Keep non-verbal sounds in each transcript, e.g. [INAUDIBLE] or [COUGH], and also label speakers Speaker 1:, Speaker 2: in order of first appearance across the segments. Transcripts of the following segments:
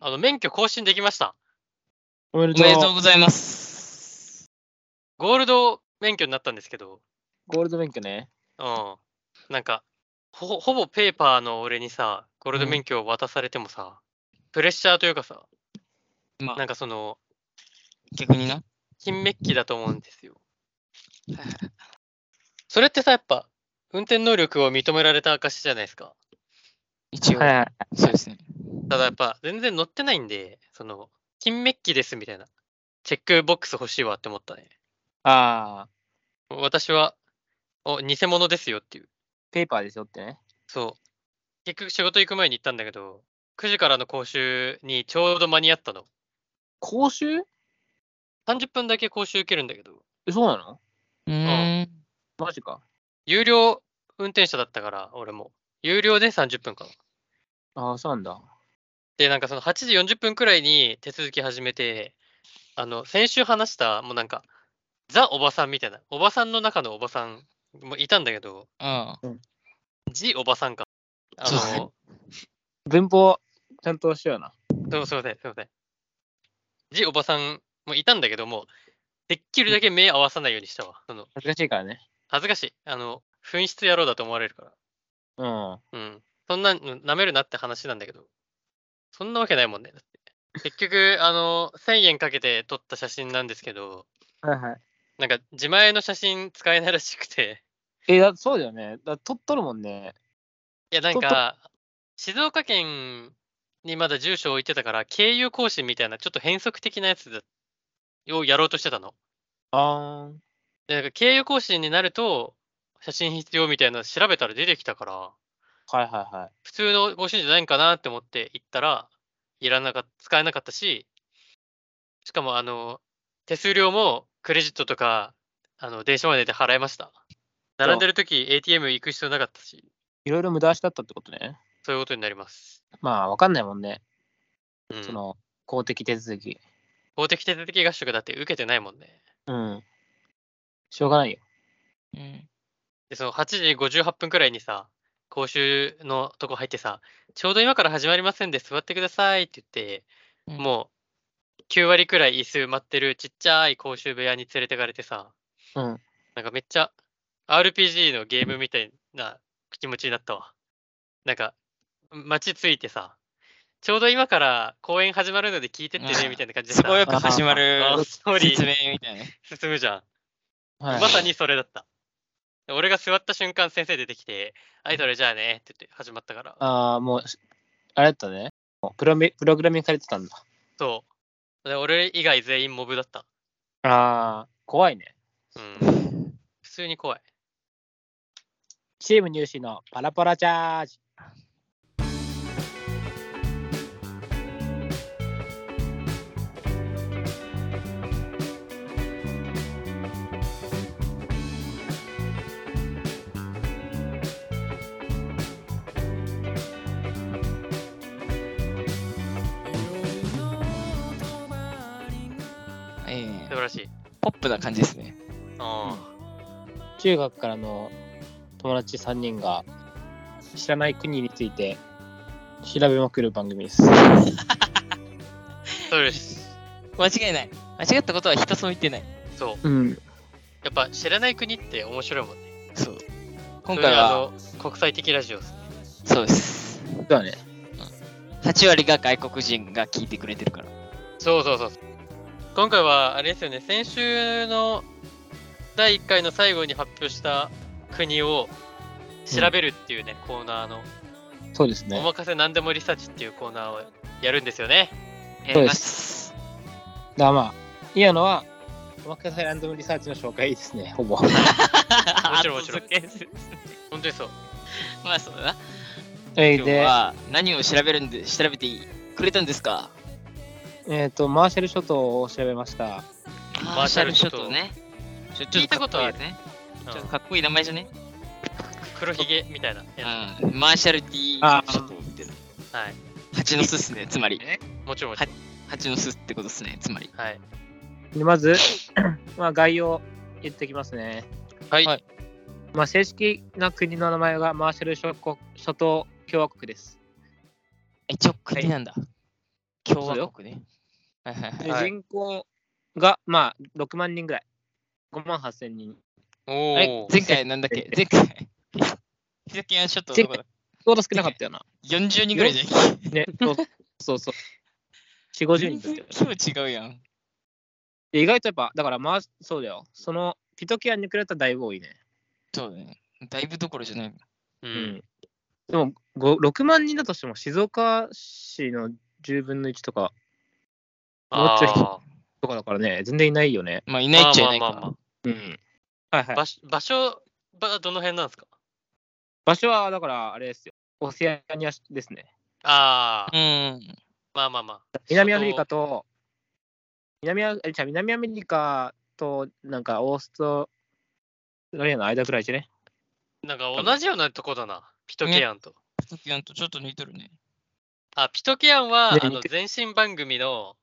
Speaker 1: あの、免許更新できました。
Speaker 2: おめで
Speaker 3: おめでと
Speaker 2: と
Speaker 3: う
Speaker 2: う。
Speaker 3: ございます。
Speaker 1: ゴールド免許になったんですけど、
Speaker 2: ゴールド免許ね。
Speaker 1: うん。なんか、ほほぼペーパーの俺にさ、ゴールド
Speaker 3: うん
Speaker 1: 免許を渡されてもさ、プレッシャーというかさ、
Speaker 3: まあ
Speaker 1: なんかその、
Speaker 3: 逆にな。
Speaker 1: 金メッキだと思うんです
Speaker 3: [LAUGHS]
Speaker 1: よ。それってさ、やっぱ、運転能力を認められた証じゃないですか。
Speaker 3: 一応、
Speaker 2: はいはい。
Speaker 3: そうですね。
Speaker 1: ただやっぱ、全然乗ってないんで、その、金メッキですみたいな、チェックボックス欲しいわって思ったね。
Speaker 2: ああ、
Speaker 1: 私は、お、偽物ですよっていう。
Speaker 2: ペーパーですよってね。
Speaker 1: そう。結局仕事行く前に行ったんだけど、9時からの講習にちょうど間に合ったの。
Speaker 2: 講習
Speaker 1: 30分だけ講習受けるんだけど、
Speaker 2: え、そうなの
Speaker 3: うーん。
Speaker 2: マジか。
Speaker 1: 有料運転手だったから、俺も。有料で30分かな。
Speaker 2: ああ、そうなんだ。
Speaker 1: で、なんかその8時40分くらいに手続き始めて、あの、先週話した、もうなんか、ザ・おばさんみたいな、おばさんの中のおばさんもいたんだけど、
Speaker 3: あ
Speaker 1: ジ・おばさんか。あ
Speaker 3: そうですね
Speaker 1: の、
Speaker 2: 文法、ちゃんとしような。
Speaker 1: そうすいません、すいません。ジ・おばさんもいたんだけども、できるだけ目合わさないようにしたわ。その
Speaker 2: 恥ずかしいからね。
Speaker 1: 恥ずかしい。あの、紛失野郎だと思われるから。
Speaker 2: う
Speaker 1: う
Speaker 2: ん。
Speaker 1: ん。そんな、なめるなって話なんだけど。そんなわけないもんね。だって結局、あの、1000円かけて撮った写真なんですけど、
Speaker 2: はいはい。
Speaker 1: なんか自前の写真使えないらしくて、
Speaker 2: え、だそうだよね。だ取っとるもんね。
Speaker 1: いやなん
Speaker 2: とと
Speaker 1: か、静岡県にまだ住所置いてたから、経由更新みたいな、ちょっと変則的なやつだをやろうとしてたの。
Speaker 2: あー
Speaker 1: で、なんか経由更新になると、写真必要みたいなの調べたら出てきたから、
Speaker 2: はいはいはい。
Speaker 1: 普通の更新じゃないんかなって思って行ったら、いらなかった、使えなかったし、しかもあの、手数料もクレジットとか、あの、電子マネーで払いました。並んでる時 ATM 行く必要なかったし、
Speaker 2: いろいろ無駄足だったってことね。
Speaker 1: そういうことになります。
Speaker 2: まあ、わかんないもんね。
Speaker 1: うん、
Speaker 2: その、公的手続き。
Speaker 1: 公的手続き合宿だって受けてないもんね。
Speaker 2: うん。しょうがないよ。
Speaker 3: あ。うん。
Speaker 1: で、その8時58分くらいにさ、講習のとこ入ってさ、ちょうど今から始まりませんで座ってくださいって言って、
Speaker 3: うん
Speaker 1: もう9割くらい椅子埋まってるちっちゃい講習部屋に連れてかれてさ、
Speaker 2: うん。
Speaker 1: なんかめっちゃ RPG のゲームみたいな気持ちになったわ。なんか、街ついてさ、ちょうど今から公演始まるので聞いてって
Speaker 3: う
Speaker 1: ね
Speaker 3: ん
Speaker 1: みたいな感じで
Speaker 3: 都
Speaker 1: さ、
Speaker 3: 合よく始まる
Speaker 1: あストーリ
Speaker 3: 説
Speaker 1: ー
Speaker 3: 明みたいなね。
Speaker 1: 進むじゃん。
Speaker 2: はい、
Speaker 1: まさにそれだった。俺が座った瞬間、先生出てきて、はい、それじゃあねって言って始まったから、
Speaker 2: ああ、もう、あれだったね。もうプロミプログラミングされてたんだ。
Speaker 1: そう。で俺以外全員モブだった。
Speaker 2: ああ、怖いね。
Speaker 1: うん。普通に怖い。
Speaker 2: チーム入試のパラパラチャージ。
Speaker 1: 素
Speaker 3: ええ
Speaker 1: 晴らしい。
Speaker 3: ポップな感じですね。
Speaker 1: あ
Speaker 2: 中学からの友達3人が知らない国について調べまくる番組です。
Speaker 1: あ、そうです。
Speaker 3: 間違いない。間違ったことは一つも言ってない。
Speaker 1: そう。
Speaker 2: うん。
Speaker 1: やっぱ知らない国って面白いもんね。
Speaker 3: そう。今
Speaker 1: それ
Speaker 3: 回
Speaker 1: であ
Speaker 3: は、
Speaker 1: の国際的ラジオです。
Speaker 3: そうです。
Speaker 2: そうだね。
Speaker 3: 8割が外国人が聞いてくれてるから。
Speaker 1: そうそうそう。今回は、あれですよね、先週の第1回の最後に発表した国を調べるっていうね、コーナーの、
Speaker 2: そうです
Speaker 1: お
Speaker 2: ね。
Speaker 1: 任せ何でもリサーチっていうコーナーをやるんですよね。
Speaker 3: や
Speaker 2: そう
Speaker 3: り
Speaker 2: で
Speaker 3: ます。
Speaker 2: だからまあ、今のは、おまかせランダムリサーチの紹介ですね、
Speaker 3: [LAUGHS]
Speaker 2: ほぼ。
Speaker 1: もちろんもちろん
Speaker 3: あそうそう
Speaker 1: 本当にそう。
Speaker 3: [LAUGHS] まあそうだな。
Speaker 2: え
Speaker 3: 今
Speaker 2: ー
Speaker 3: 日
Speaker 2: で、
Speaker 3: は何を調べるんで、調べてくれたんですか
Speaker 2: えっ、と、マーシャル諸島を調べました。
Speaker 3: マーシャル諸島ね。ちょちょっとかっこいいよね。
Speaker 1: う
Speaker 3: ちょっと
Speaker 1: ん
Speaker 3: かっこいい名前じゃね
Speaker 1: 黒ひげみたいなや
Speaker 3: うん。マーシャル D
Speaker 2: あー
Speaker 3: 諸島みたいな。
Speaker 1: つ。はい。
Speaker 3: 蜂の巣っす [LAUGHS] ね、つまり。
Speaker 1: もちろんもちろん。
Speaker 3: 蜂の巣ってことっすね、つまり。
Speaker 1: はい。
Speaker 2: でまず、 [CLEARS THROAT] まあ、概要言ってきますね。
Speaker 1: はい。
Speaker 3: はい
Speaker 2: まあ、正式な国の名前がマーシャル諸国諸島共和国です。
Speaker 3: 一応国なんだ。共
Speaker 2: 共和国
Speaker 3: ね。はいはいはい
Speaker 2: で
Speaker 1: はい
Speaker 2: 人口が、まあ、6万人ぐらい。5万8千人。
Speaker 1: お
Speaker 3: あれ
Speaker 1: お。
Speaker 3: [LAUGHS] 前回なんだっけ前回。ヒザキアンショットどこだ
Speaker 2: ちょうど少なかったよな。
Speaker 3: ?40 人ぐらいじゃん。
Speaker 2: ね、そうそうそう。4、50人です
Speaker 3: 全
Speaker 2: けど。
Speaker 3: 然規模違うやん。
Speaker 2: で意外とやっぱ、だから、まあ、そうだよ。その、ピトキアに抜けられたらだいぶ多いね。
Speaker 3: そうだね。だいぶどころじゃない。
Speaker 1: う。。
Speaker 2: うんでも、ご6万人だとしても、静岡市の10分の1とか、もうちょい
Speaker 1: あ
Speaker 2: とかだからね、全然いないよね。
Speaker 3: まあ、い
Speaker 1: ー
Speaker 3: ないっちゃいない
Speaker 1: ま
Speaker 3: か
Speaker 1: あ
Speaker 3: ら。
Speaker 1: まあまあま
Speaker 2: うん。はいは
Speaker 1: あ
Speaker 2: い。
Speaker 1: 場所場所はどの辺なんですか
Speaker 2: 場所は、だから、あれですよ。オセアニアですね。
Speaker 1: ああ、
Speaker 3: うん。
Speaker 1: まあまあまあ。
Speaker 2: 南アフリカと、南アえじゃあ南アメリカと、なんか、オーストラリアの間くらいでね。
Speaker 1: なんか同じようなとこだな。ピトケアンと。
Speaker 3: ピトキアンとちょっと似てるね。
Speaker 1: あ、ピトケアンは、
Speaker 2: ね
Speaker 1: あの
Speaker 2: 似て、
Speaker 1: 前身番組の、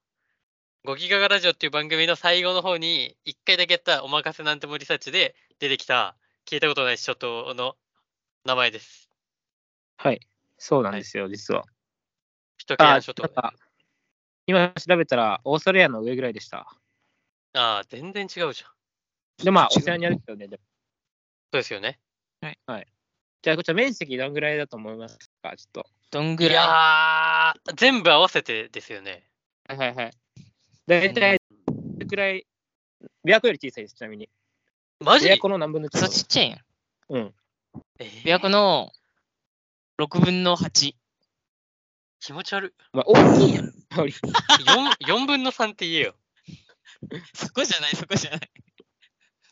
Speaker 1: 5ギガガラジオっていう番組の最後の方に、1回だけやったおまかせなんともリサーチで出てきた、聞いたことない諸島の名前です。
Speaker 2: はい。そうなんですよ、実は。
Speaker 1: ピトケア
Speaker 2: あ
Speaker 1: ン諸島
Speaker 2: な
Speaker 1: ね
Speaker 2: ん。か今調べたら、オーストラリアの上ぐらいでした。
Speaker 1: ああ、全然違うじゃん。
Speaker 2: で、
Speaker 3: [LAUGHS]
Speaker 2: まあ、
Speaker 3: ち
Speaker 2: オ
Speaker 3: ょっと
Speaker 2: セ
Speaker 3: 違う
Speaker 2: アニアですよね。でも
Speaker 1: そうですよね。
Speaker 2: じゃあ、こちら面積どんぐらいだと思いますかちょっと。
Speaker 3: どん
Speaker 1: い
Speaker 3: ぐらい
Speaker 1: やー、全部合わせてですよね。
Speaker 3: はいはいはい。
Speaker 2: 大体、どれくらい、琵琶湖より小さいです、ちなみに。
Speaker 1: マジ
Speaker 2: 琵琶湖の何分の
Speaker 3: そう
Speaker 2: 1
Speaker 3: ちっちゃいやん。
Speaker 1: え
Speaker 3: 琵琶
Speaker 1: ー
Speaker 3: 湖の6分の8。
Speaker 1: 気持ち悪
Speaker 2: まあ、大きいやん。より
Speaker 1: い。4, [LAUGHS] 4分の3って言えよ。
Speaker 3: そこじゃない、そこじゃない。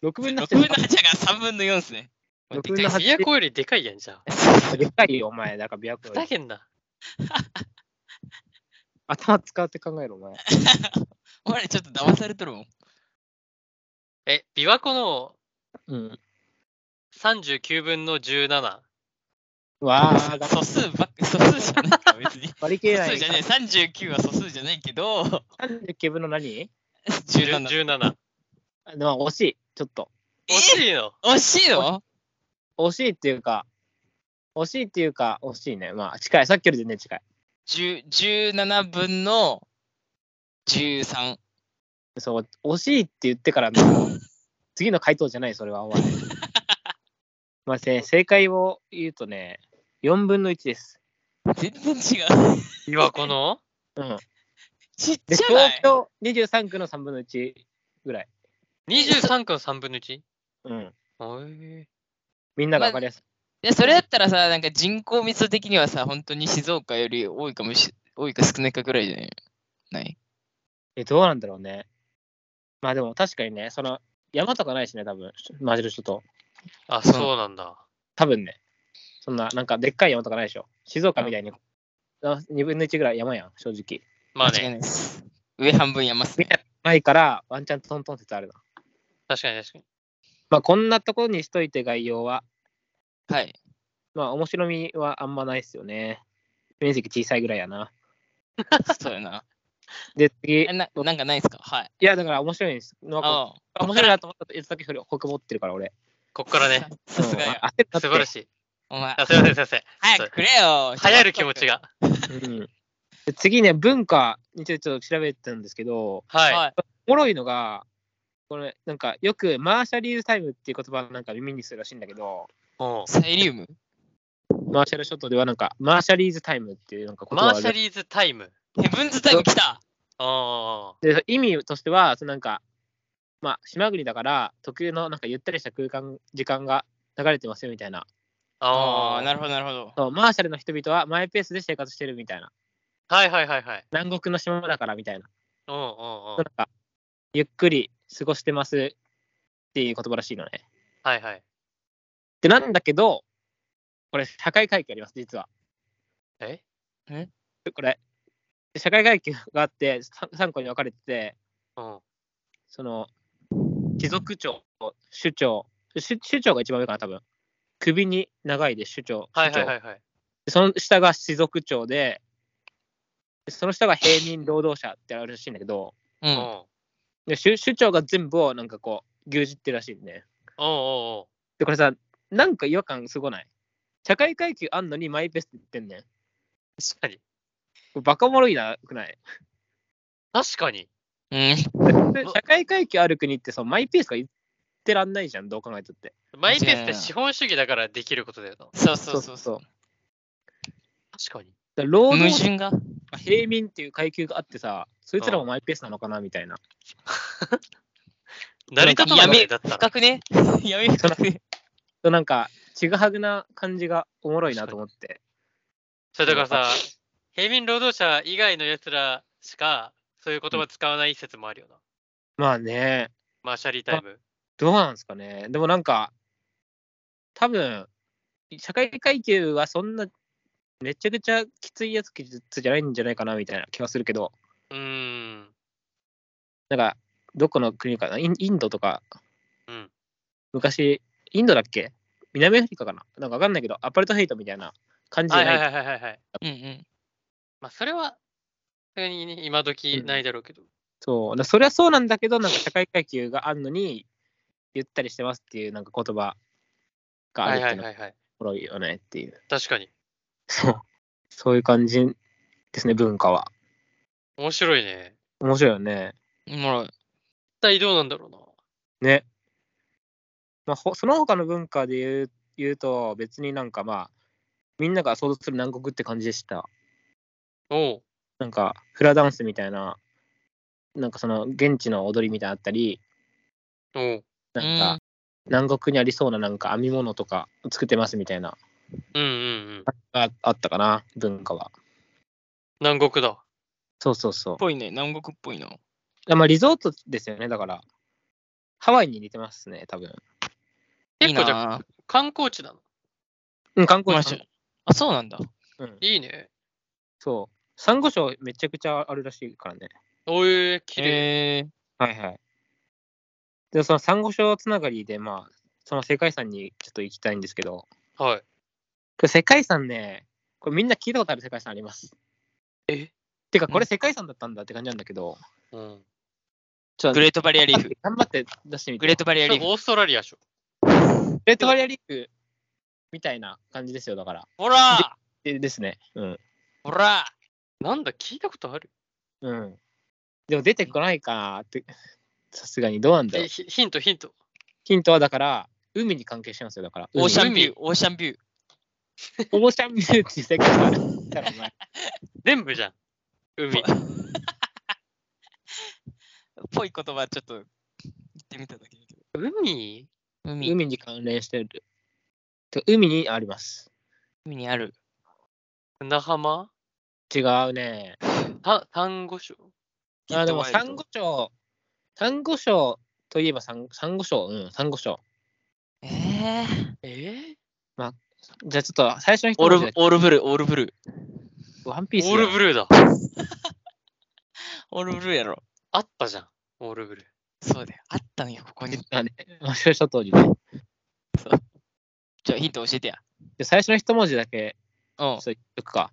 Speaker 2: 6分の
Speaker 3: 6
Speaker 2: 1
Speaker 3: 分の8だから3分の4ですね。
Speaker 2: 6
Speaker 3: でっ
Speaker 2: 分の
Speaker 3: かい
Speaker 2: 8
Speaker 1: 琵琶湖よりでかいやんじゃん。
Speaker 2: でかいよ、お前。だから琵琶湖
Speaker 1: ふ
Speaker 2: よ
Speaker 1: ざ
Speaker 2: り。
Speaker 1: けんな。
Speaker 2: 頭使って考えろ、お前。
Speaker 3: お前らちょっと騙されとるもん。
Speaker 1: え、琵琶湖の
Speaker 2: うん。
Speaker 1: 39分の17。
Speaker 2: わあ、頑張
Speaker 3: 素数ばっか、素数じゃないから別に。
Speaker 2: りきれ
Speaker 3: 素
Speaker 2: ない。
Speaker 3: 数じゃねえ、39は素数じゃないけど、
Speaker 2: 39分の何
Speaker 3: 17。
Speaker 1: 17。
Speaker 2: あでも惜しい。ちょっと。
Speaker 1: 惜しいの。
Speaker 3: 惜しいの
Speaker 2: 惜しいっていうか、惜しいっていうか、惜しいね。まあ、近い。さっきより全然近い。
Speaker 3: 10 ?17 分の13。
Speaker 2: そう、惜しいって言ってからの、次の回答じゃない、それは、お
Speaker 3: [LAUGHS]
Speaker 2: 前。まあ、ね、正解を言うとね、4分の1です。
Speaker 3: 全然違う。
Speaker 1: 琵琶湖の
Speaker 2: うん。
Speaker 3: ちっ
Speaker 2: で、
Speaker 3: ちゃな
Speaker 2: 東
Speaker 3: い。
Speaker 2: 京23区の3分の1ぐらい。
Speaker 1: 23区の3分の 1?
Speaker 2: うん。
Speaker 1: おい
Speaker 2: みんながわかりやすい。
Speaker 3: で、それだったらさ、なんか人口密度的にはさ、本当に静岡より多いかもし、多いか少ないかぐらいじゃないない
Speaker 2: え、どうなんだろうね。まあでも確かにね、その、山とかないしね、多分、マジル諸島。
Speaker 1: あ、そうなんだ。
Speaker 2: 多分ね、そんな、なんかでっかい山とかないでしょ。静岡みたいに、あ2分の1ぐらい山やん、正直。
Speaker 1: まあ
Speaker 3: 間違い
Speaker 1: ね、
Speaker 3: ないです。上半分山っすね。
Speaker 2: ないから、ワンチャントントン説あるな。
Speaker 1: 確かに確かに。
Speaker 2: まあこんなところにしといて概要は、
Speaker 3: はい。
Speaker 2: まあ面白みはあんまないっすよね。面積小さいぐらいやな。
Speaker 3: そうやな。
Speaker 2: で、次、い
Speaker 3: えななんかないですかはい。
Speaker 2: やだから面白いんです。なんか
Speaker 3: あ
Speaker 2: 面白いなと思ったやつだけそれほくぼってるから俺。
Speaker 1: こっからね、
Speaker 3: [LAUGHS] さすが
Speaker 2: うん
Speaker 3: よ。
Speaker 2: あ焦っ
Speaker 1: 素
Speaker 2: たって
Speaker 1: 晴らしい。
Speaker 3: お前、
Speaker 1: あ、すいません、すいません。
Speaker 3: 早くくれよ。
Speaker 1: 流行る気持ち
Speaker 3: が。
Speaker 1: が。
Speaker 2: うんで次ね、文化についてちょっと調べてたんですけど、
Speaker 1: はい。
Speaker 3: はい。
Speaker 2: おもろいのが、これ、なんかよくマーシャリーズタイムっていう言葉なんか耳にするらしいんだけど、
Speaker 1: おう
Speaker 3: サイリウム
Speaker 2: マーシャル諸島ではなんかマーシャリーズタイムっていうなんか言葉
Speaker 1: マ
Speaker 2: があ
Speaker 1: ー
Speaker 2: る
Speaker 1: シャリーズタイム。
Speaker 3: ヘブンズタイム来た
Speaker 1: ああ。
Speaker 2: で意味としてはそのなんか、まあ、島国だから特有のなんかゆったりした空間時間が流れてますよみたいな
Speaker 1: あ
Speaker 3: あ
Speaker 1: あ。
Speaker 3: ー
Speaker 1: な
Speaker 3: な
Speaker 1: る
Speaker 3: るほど、なるほど。
Speaker 2: そうマーシャルの人々はマイペースで生活してるみたいな
Speaker 1: はいはいはいはい。
Speaker 2: 南国の島だからみたいな
Speaker 1: うんうん
Speaker 2: な
Speaker 1: うん
Speaker 2: ん。かゆっくり過ごしてますっていう言葉らしいのね
Speaker 1: はいはい。
Speaker 2: でなんだけどこれ社会階級あります実は
Speaker 1: え
Speaker 2: これ社会階級があって3個に分かれてて
Speaker 1: うん。
Speaker 2: その貴族長首長首首長が一番上かな多分首に長いで首長
Speaker 1: は
Speaker 2: 首
Speaker 1: い
Speaker 2: 長
Speaker 1: はいはいはい。
Speaker 2: でその下が士族長ででその下が平民労働者ってあるらしいんだけど
Speaker 3: う。
Speaker 1: うんん。
Speaker 2: で首首長が全部をなんかこう牛耳ってるらしいんで
Speaker 1: おうおうおう。
Speaker 2: でこれさなんか違和感すごない社会階級あんのにマイペースって言ってんねん
Speaker 1: 確かに。
Speaker 2: これバカおもろいなくない
Speaker 1: 確かに。
Speaker 3: うん。
Speaker 2: で社会階級ある国ってさ、マイペースが言ってらんないじゃん、どう考えたって。
Speaker 1: マイペースっ
Speaker 3: 間違いな
Speaker 1: て
Speaker 3: い
Speaker 1: 資本主義だからできることだよな。
Speaker 3: そうそうそうそう。
Speaker 1: 確かに。
Speaker 2: だから労
Speaker 3: 矛
Speaker 2: 働者
Speaker 3: 盾が。
Speaker 2: と平民っていう階級があってさ、そいつらもマイペースなのかなみたいな。
Speaker 1: 成り立たないわけだったら。
Speaker 3: 深くね [LAUGHS] 闇深くね。
Speaker 2: となんか、ちぐはぐな感じがおもろいなと思って。
Speaker 1: それだからさ、平民労働者以外のやつらしか、そういう言葉使わない説もあるよな。
Speaker 2: まあね、
Speaker 1: マーシャリータイム。
Speaker 2: どうなんですかね。でもなんか、多分、社会階級はそんな、めちゃくちゃきついやつじゃないんじゃないかなみたいな気はするけど、
Speaker 1: うーん。
Speaker 2: なんか、どこの国かな、インインドとか、
Speaker 1: うん
Speaker 2: 昔、インドだっけ南アフリカかななんかわかんないけど、アパルトヘイトみたいな感じじ
Speaker 1: は
Speaker 2: ゃ
Speaker 1: い
Speaker 2: な。
Speaker 1: はいいはいはいはいはい。
Speaker 3: うんうん。
Speaker 1: まあ、それは、それにね今時ないだろうけど。
Speaker 2: そう、だそれはそうなんだけど、なんか社会階級があるのに、言ったりしてますっていうなんか言葉があ
Speaker 1: は
Speaker 2: る
Speaker 1: いはいい
Speaker 2: って
Speaker 1: う
Speaker 2: の
Speaker 1: は
Speaker 2: が
Speaker 1: いはい。
Speaker 2: おもろいよねっていう。
Speaker 1: 確かに。
Speaker 2: そう。そういう感じですね、文化は。
Speaker 1: 面白いね。
Speaker 2: 面白いよね。
Speaker 3: おもろい。
Speaker 1: 一体どうなんだろうな。
Speaker 2: ね。まあ、ほその他の文化で言う言うと、別になんかまあ、みんなが想像する南国って感じでした。
Speaker 1: おう。
Speaker 2: なんかフラダンスみたいな、なんかその現地の踊りみたいなのあったり、
Speaker 1: おう。
Speaker 2: なんか南国にありそうななんか編み物とか作ってますみたいな、
Speaker 1: うんうんうん。
Speaker 2: ああったかな、文化は。
Speaker 1: 南国だ。
Speaker 2: そうそうそ
Speaker 3: っぽいね。南国っぽいな。
Speaker 2: う。まあリゾートですよね、だから。ハワイに似てますね、多分。
Speaker 3: いい
Speaker 1: 結構じゃあ
Speaker 3: なぁ。
Speaker 1: 観光地なの。
Speaker 2: うん、観光
Speaker 3: まあ
Speaker 2: 地
Speaker 3: し。あ、そうなんだ。
Speaker 2: うん、
Speaker 1: いいね。
Speaker 2: そう。サンゴ礁めちゃくちゃあるらしいからね。
Speaker 1: おえー、綺麗。
Speaker 3: へえ。
Speaker 2: はいはい。で、そのサンゴ礁つながりで、まあ、その世界遺産にちょっと行きたいんですけど、
Speaker 1: はい。
Speaker 2: これ世界遺産ね、これみんな聞いたことある世界遺産あります。
Speaker 1: え
Speaker 2: てか、こ
Speaker 3: う
Speaker 2: れ
Speaker 3: ん
Speaker 2: 世界遺産だったんだって感じなんだけど、
Speaker 1: うん。
Speaker 2: ちょっ
Speaker 3: グレートバリアリーフ。
Speaker 2: 頑張って出してみて。
Speaker 3: グレートバリア
Speaker 1: そ
Speaker 3: リ
Speaker 1: れ
Speaker 3: ーフ。
Speaker 1: オーストラリアでしょ。
Speaker 2: グレートバリアリーフみたいな感じですよ、だから。
Speaker 1: ほら
Speaker 2: でですね。うん。
Speaker 3: ほら
Speaker 1: なんだ、聞いたことある
Speaker 2: うん。でも出てこないかなって、さすがにどうなんだろ
Speaker 1: え
Speaker 2: う。
Speaker 1: ヒヒントヒント。
Speaker 2: ヒントはだから、海に関係してますよ、だから。海
Speaker 3: オーシャンビュー、オーシャンビュー。
Speaker 2: オーシャンビューっていう世界遺産あるだから、お前。
Speaker 1: 全部じゃん。海。
Speaker 3: っぽい言葉ちょっと言ってみただけだけど。
Speaker 1: 海
Speaker 3: 海、
Speaker 2: 海に関連してる。てか海にあります。
Speaker 3: 海にある。
Speaker 1: 砂浜
Speaker 2: 違うね。
Speaker 1: た単語礁
Speaker 2: あでも、
Speaker 3: きっとワ
Speaker 2: サ
Speaker 3: イル
Speaker 2: ン
Speaker 3: ド
Speaker 2: ゴ礁、サンゴ礁といえばサンサンゴ礁、うん、サンゴ礁。
Speaker 3: ええー。
Speaker 1: え
Speaker 2: じゃあちょっと最初の一
Speaker 3: オ
Speaker 2: 文字
Speaker 3: ー
Speaker 2: だ
Speaker 3: ル、オールブルー、オールブルー。
Speaker 2: けワンピー
Speaker 1: ー、
Speaker 2: ス
Speaker 1: オールブ
Speaker 2: ル
Speaker 1: ルーだ。
Speaker 3: オールブルーやろ。
Speaker 1: あったじゃん。オールブルー。
Speaker 3: そうだよ。あったのよ、ここ
Speaker 2: [LAUGHS]
Speaker 3: に。
Speaker 2: ー。あね、まあそうした通りね。
Speaker 3: じゃあヒント教えてや。
Speaker 2: で最初の一文字だけ、
Speaker 3: うん。
Speaker 2: そう言っとくか。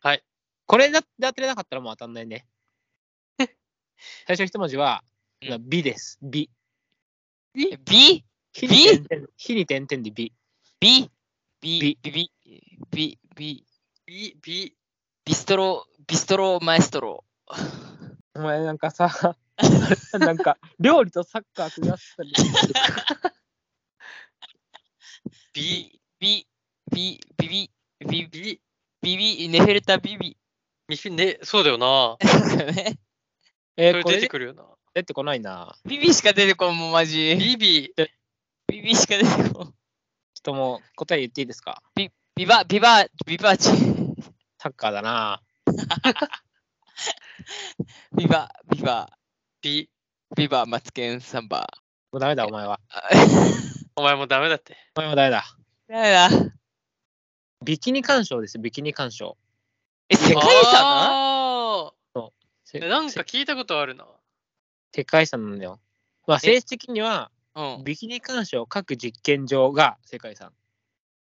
Speaker 1: はい。
Speaker 2: これだって当てれなかったらもう当たんないね。 [LAUGHS] 最初の一文字は、
Speaker 3: う
Speaker 2: 美です。美。
Speaker 3: B?
Speaker 2: 火
Speaker 3: 美
Speaker 2: に点々火に点々で美。
Speaker 3: B? B?
Speaker 2: B
Speaker 3: B? B? B?
Speaker 1: B、B、
Speaker 3: ビストロ、ビストロマエストロ。
Speaker 2: お前なん
Speaker 1: [LAUGHS]
Speaker 2: かさ、なんか料理とサッカー組み合わせたり。
Speaker 1: B、
Speaker 3: B? B? B? B? B?
Speaker 1: B、
Speaker 3: ビビネフェルタビビ。 [LAUGHS]
Speaker 1: ミフィね、そうだよな。
Speaker 2: え
Speaker 1: そ
Speaker 2: ー、
Speaker 1: れ
Speaker 2: こ
Speaker 1: 出
Speaker 2: れ出
Speaker 1: て
Speaker 2: て
Speaker 1: くるよな。
Speaker 2: 出てこないな。
Speaker 3: ビビしか出てこんもん、マジ。
Speaker 1: ビビ、
Speaker 3: ビビしか出てこん。
Speaker 2: ちょっともう答え言っていいですか
Speaker 3: ビバ、ビバ、ビバチ。
Speaker 2: サッカーだな。
Speaker 3: ビバ、ビバ、
Speaker 1: B。
Speaker 3: ビバ、マツケンサンバ。
Speaker 2: もうダメだ、お前は。
Speaker 3: あ [LAUGHS]
Speaker 1: お前もダメだって。
Speaker 2: お前はダメだ。
Speaker 3: やだ。
Speaker 2: ビキニ鑑賞です、ビキニ鑑賞。
Speaker 3: え、世界遺産
Speaker 1: あ
Speaker 2: せ
Speaker 1: ーなんか聞いたことあるな。
Speaker 2: 世界遺産なんだよ。まあ、正式には、
Speaker 3: うん。
Speaker 2: ビキニ鑑賞各実験場が世界遺産。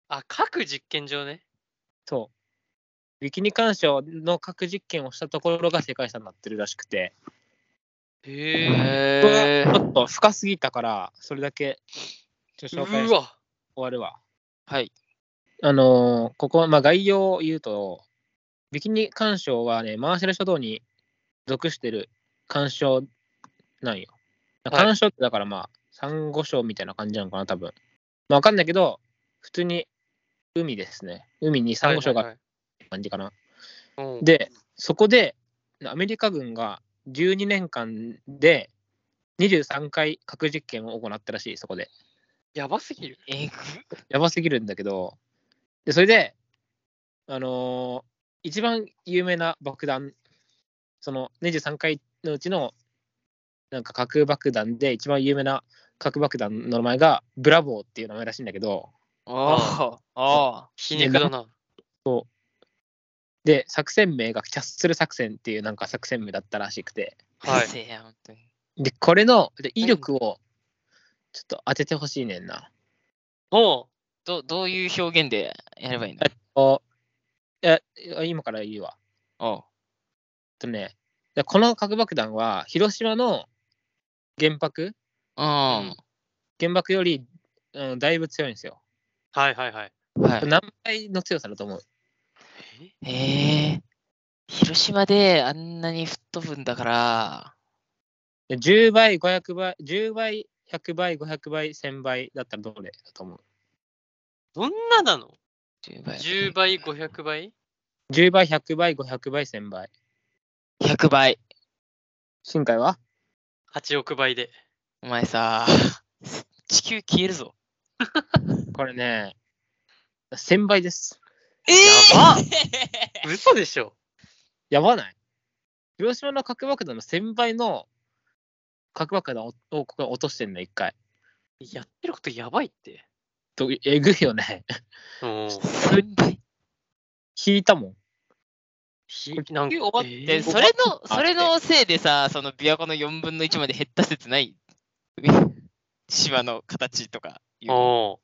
Speaker 1: あ、各実験場ね。
Speaker 2: そう。ビキニ鑑賞の各実験をしたところが世界遺産になってるらしくて、
Speaker 1: へえ。
Speaker 3: え
Speaker 2: ち
Speaker 3: ー、
Speaker 2: ょっと深すぎたから、それだけちょっと紹
Speaker 1: う
Speaker 2: 介して終
Speaker 1: わ。
Speaker 2: わるわ。
Speaker 3: はい。
Speaker 2: あのーここ、まあ、概要を言うと、ビキニ鑑賞はね、マーシャル諸島に属してる鑑賞なんよ。
Speaker 1: はい
Speaker 2: 鑑賞ってだからまあ、サンゴ礁みたいな感じなのかな、多分。まあわかんないけど、普通に海ですね。海にサンゴ礁がある
Speaker 1: はい
Speaker 2: 感じかな。
Speaker 1: はいはいうん
Speaker 2: で、そこでアメリカ軍が12年間で23回核実験を行ったらしい、そこで。
Speaker 1: やばすぎる。
Speaker 3: えぐ
Speaker 2: やばすぎるんだけど、でそれで、あのー一番有名な爆弾、その23回のうちのなんか核爆弾で一番有名な核爆弾の名前がブラボーっていう名前らしいんだけど、
Speaker 3: ああ、ああ、
Speaker 1: 皮肉だな。
Speaker 2: で、作戦名がキャッスル作戦っていうなんか作戦名だったらしくて、
Speaker 1: はい
Speaker 3: せや、本当に。
Speaker 2: で、これので威力をちょっと当ててほしいねんな。
Speaker 1: も
Speaker 3: どどういう表現でやればいいの
Speaker 2: おいや今から言うわ。
Speaker 3: おう
Speaker 2: えっとね、でこの核爆弾は広島の原爆
Speaker 3: うん。
Speaker 2: 原爆より、うん、だいぶ強いんですよ。
Speaker 1: う、はいはいはい。
Speaker 3: は
Speaker 2: 何倍の強さだと思う
Speaker 3: い。へえ。広島であんなに吹っ飛ぶんだから、
Speaker 2: で ?10 倍、500倍、10倍、100倍、500倍、1000倍だったらどれだと思う
Speaker 1: どんななの
Speaker 3: 10倍。
Speaker 1: ?10 倍、500倍
Speaker 2: ?10 倍、100倍、500倍、1000倍。
Speaker 3: 100倍。
Speaker 2: 新海は
Speaker 1: ?8 億倍で。
Speaker 3: お前さ、地球消えるぞ。
Speaker 2: これね、1000倍です。
Speaker 3: え [LAUGHS]
Speaker 1: ば
Speaker 3: え
Speaker 1: 嘘でしょ。
Speaker 2: やばない広島の核爆弾の1000倍の核爆弾ををここに落としてんの、一回。
Speaker 1: やってることやばいって。
Speaker 2: とえぐいよね。 [LAUGHS]
Speaker 1: うん。
Speaker 3: !1000 倍。
Speaker 2: 引いたもん。
Speaker 1: ひなんか
Speaker 3: おばっ
Speaker 1: え
Speaker 3: て、
Speaker 1: ー
Speaker 3: それの、それのせいでさ、その琵琶湖の4分の1まで減った説ない [LAUGHS] 島の形とかいう。
Speaker 1: お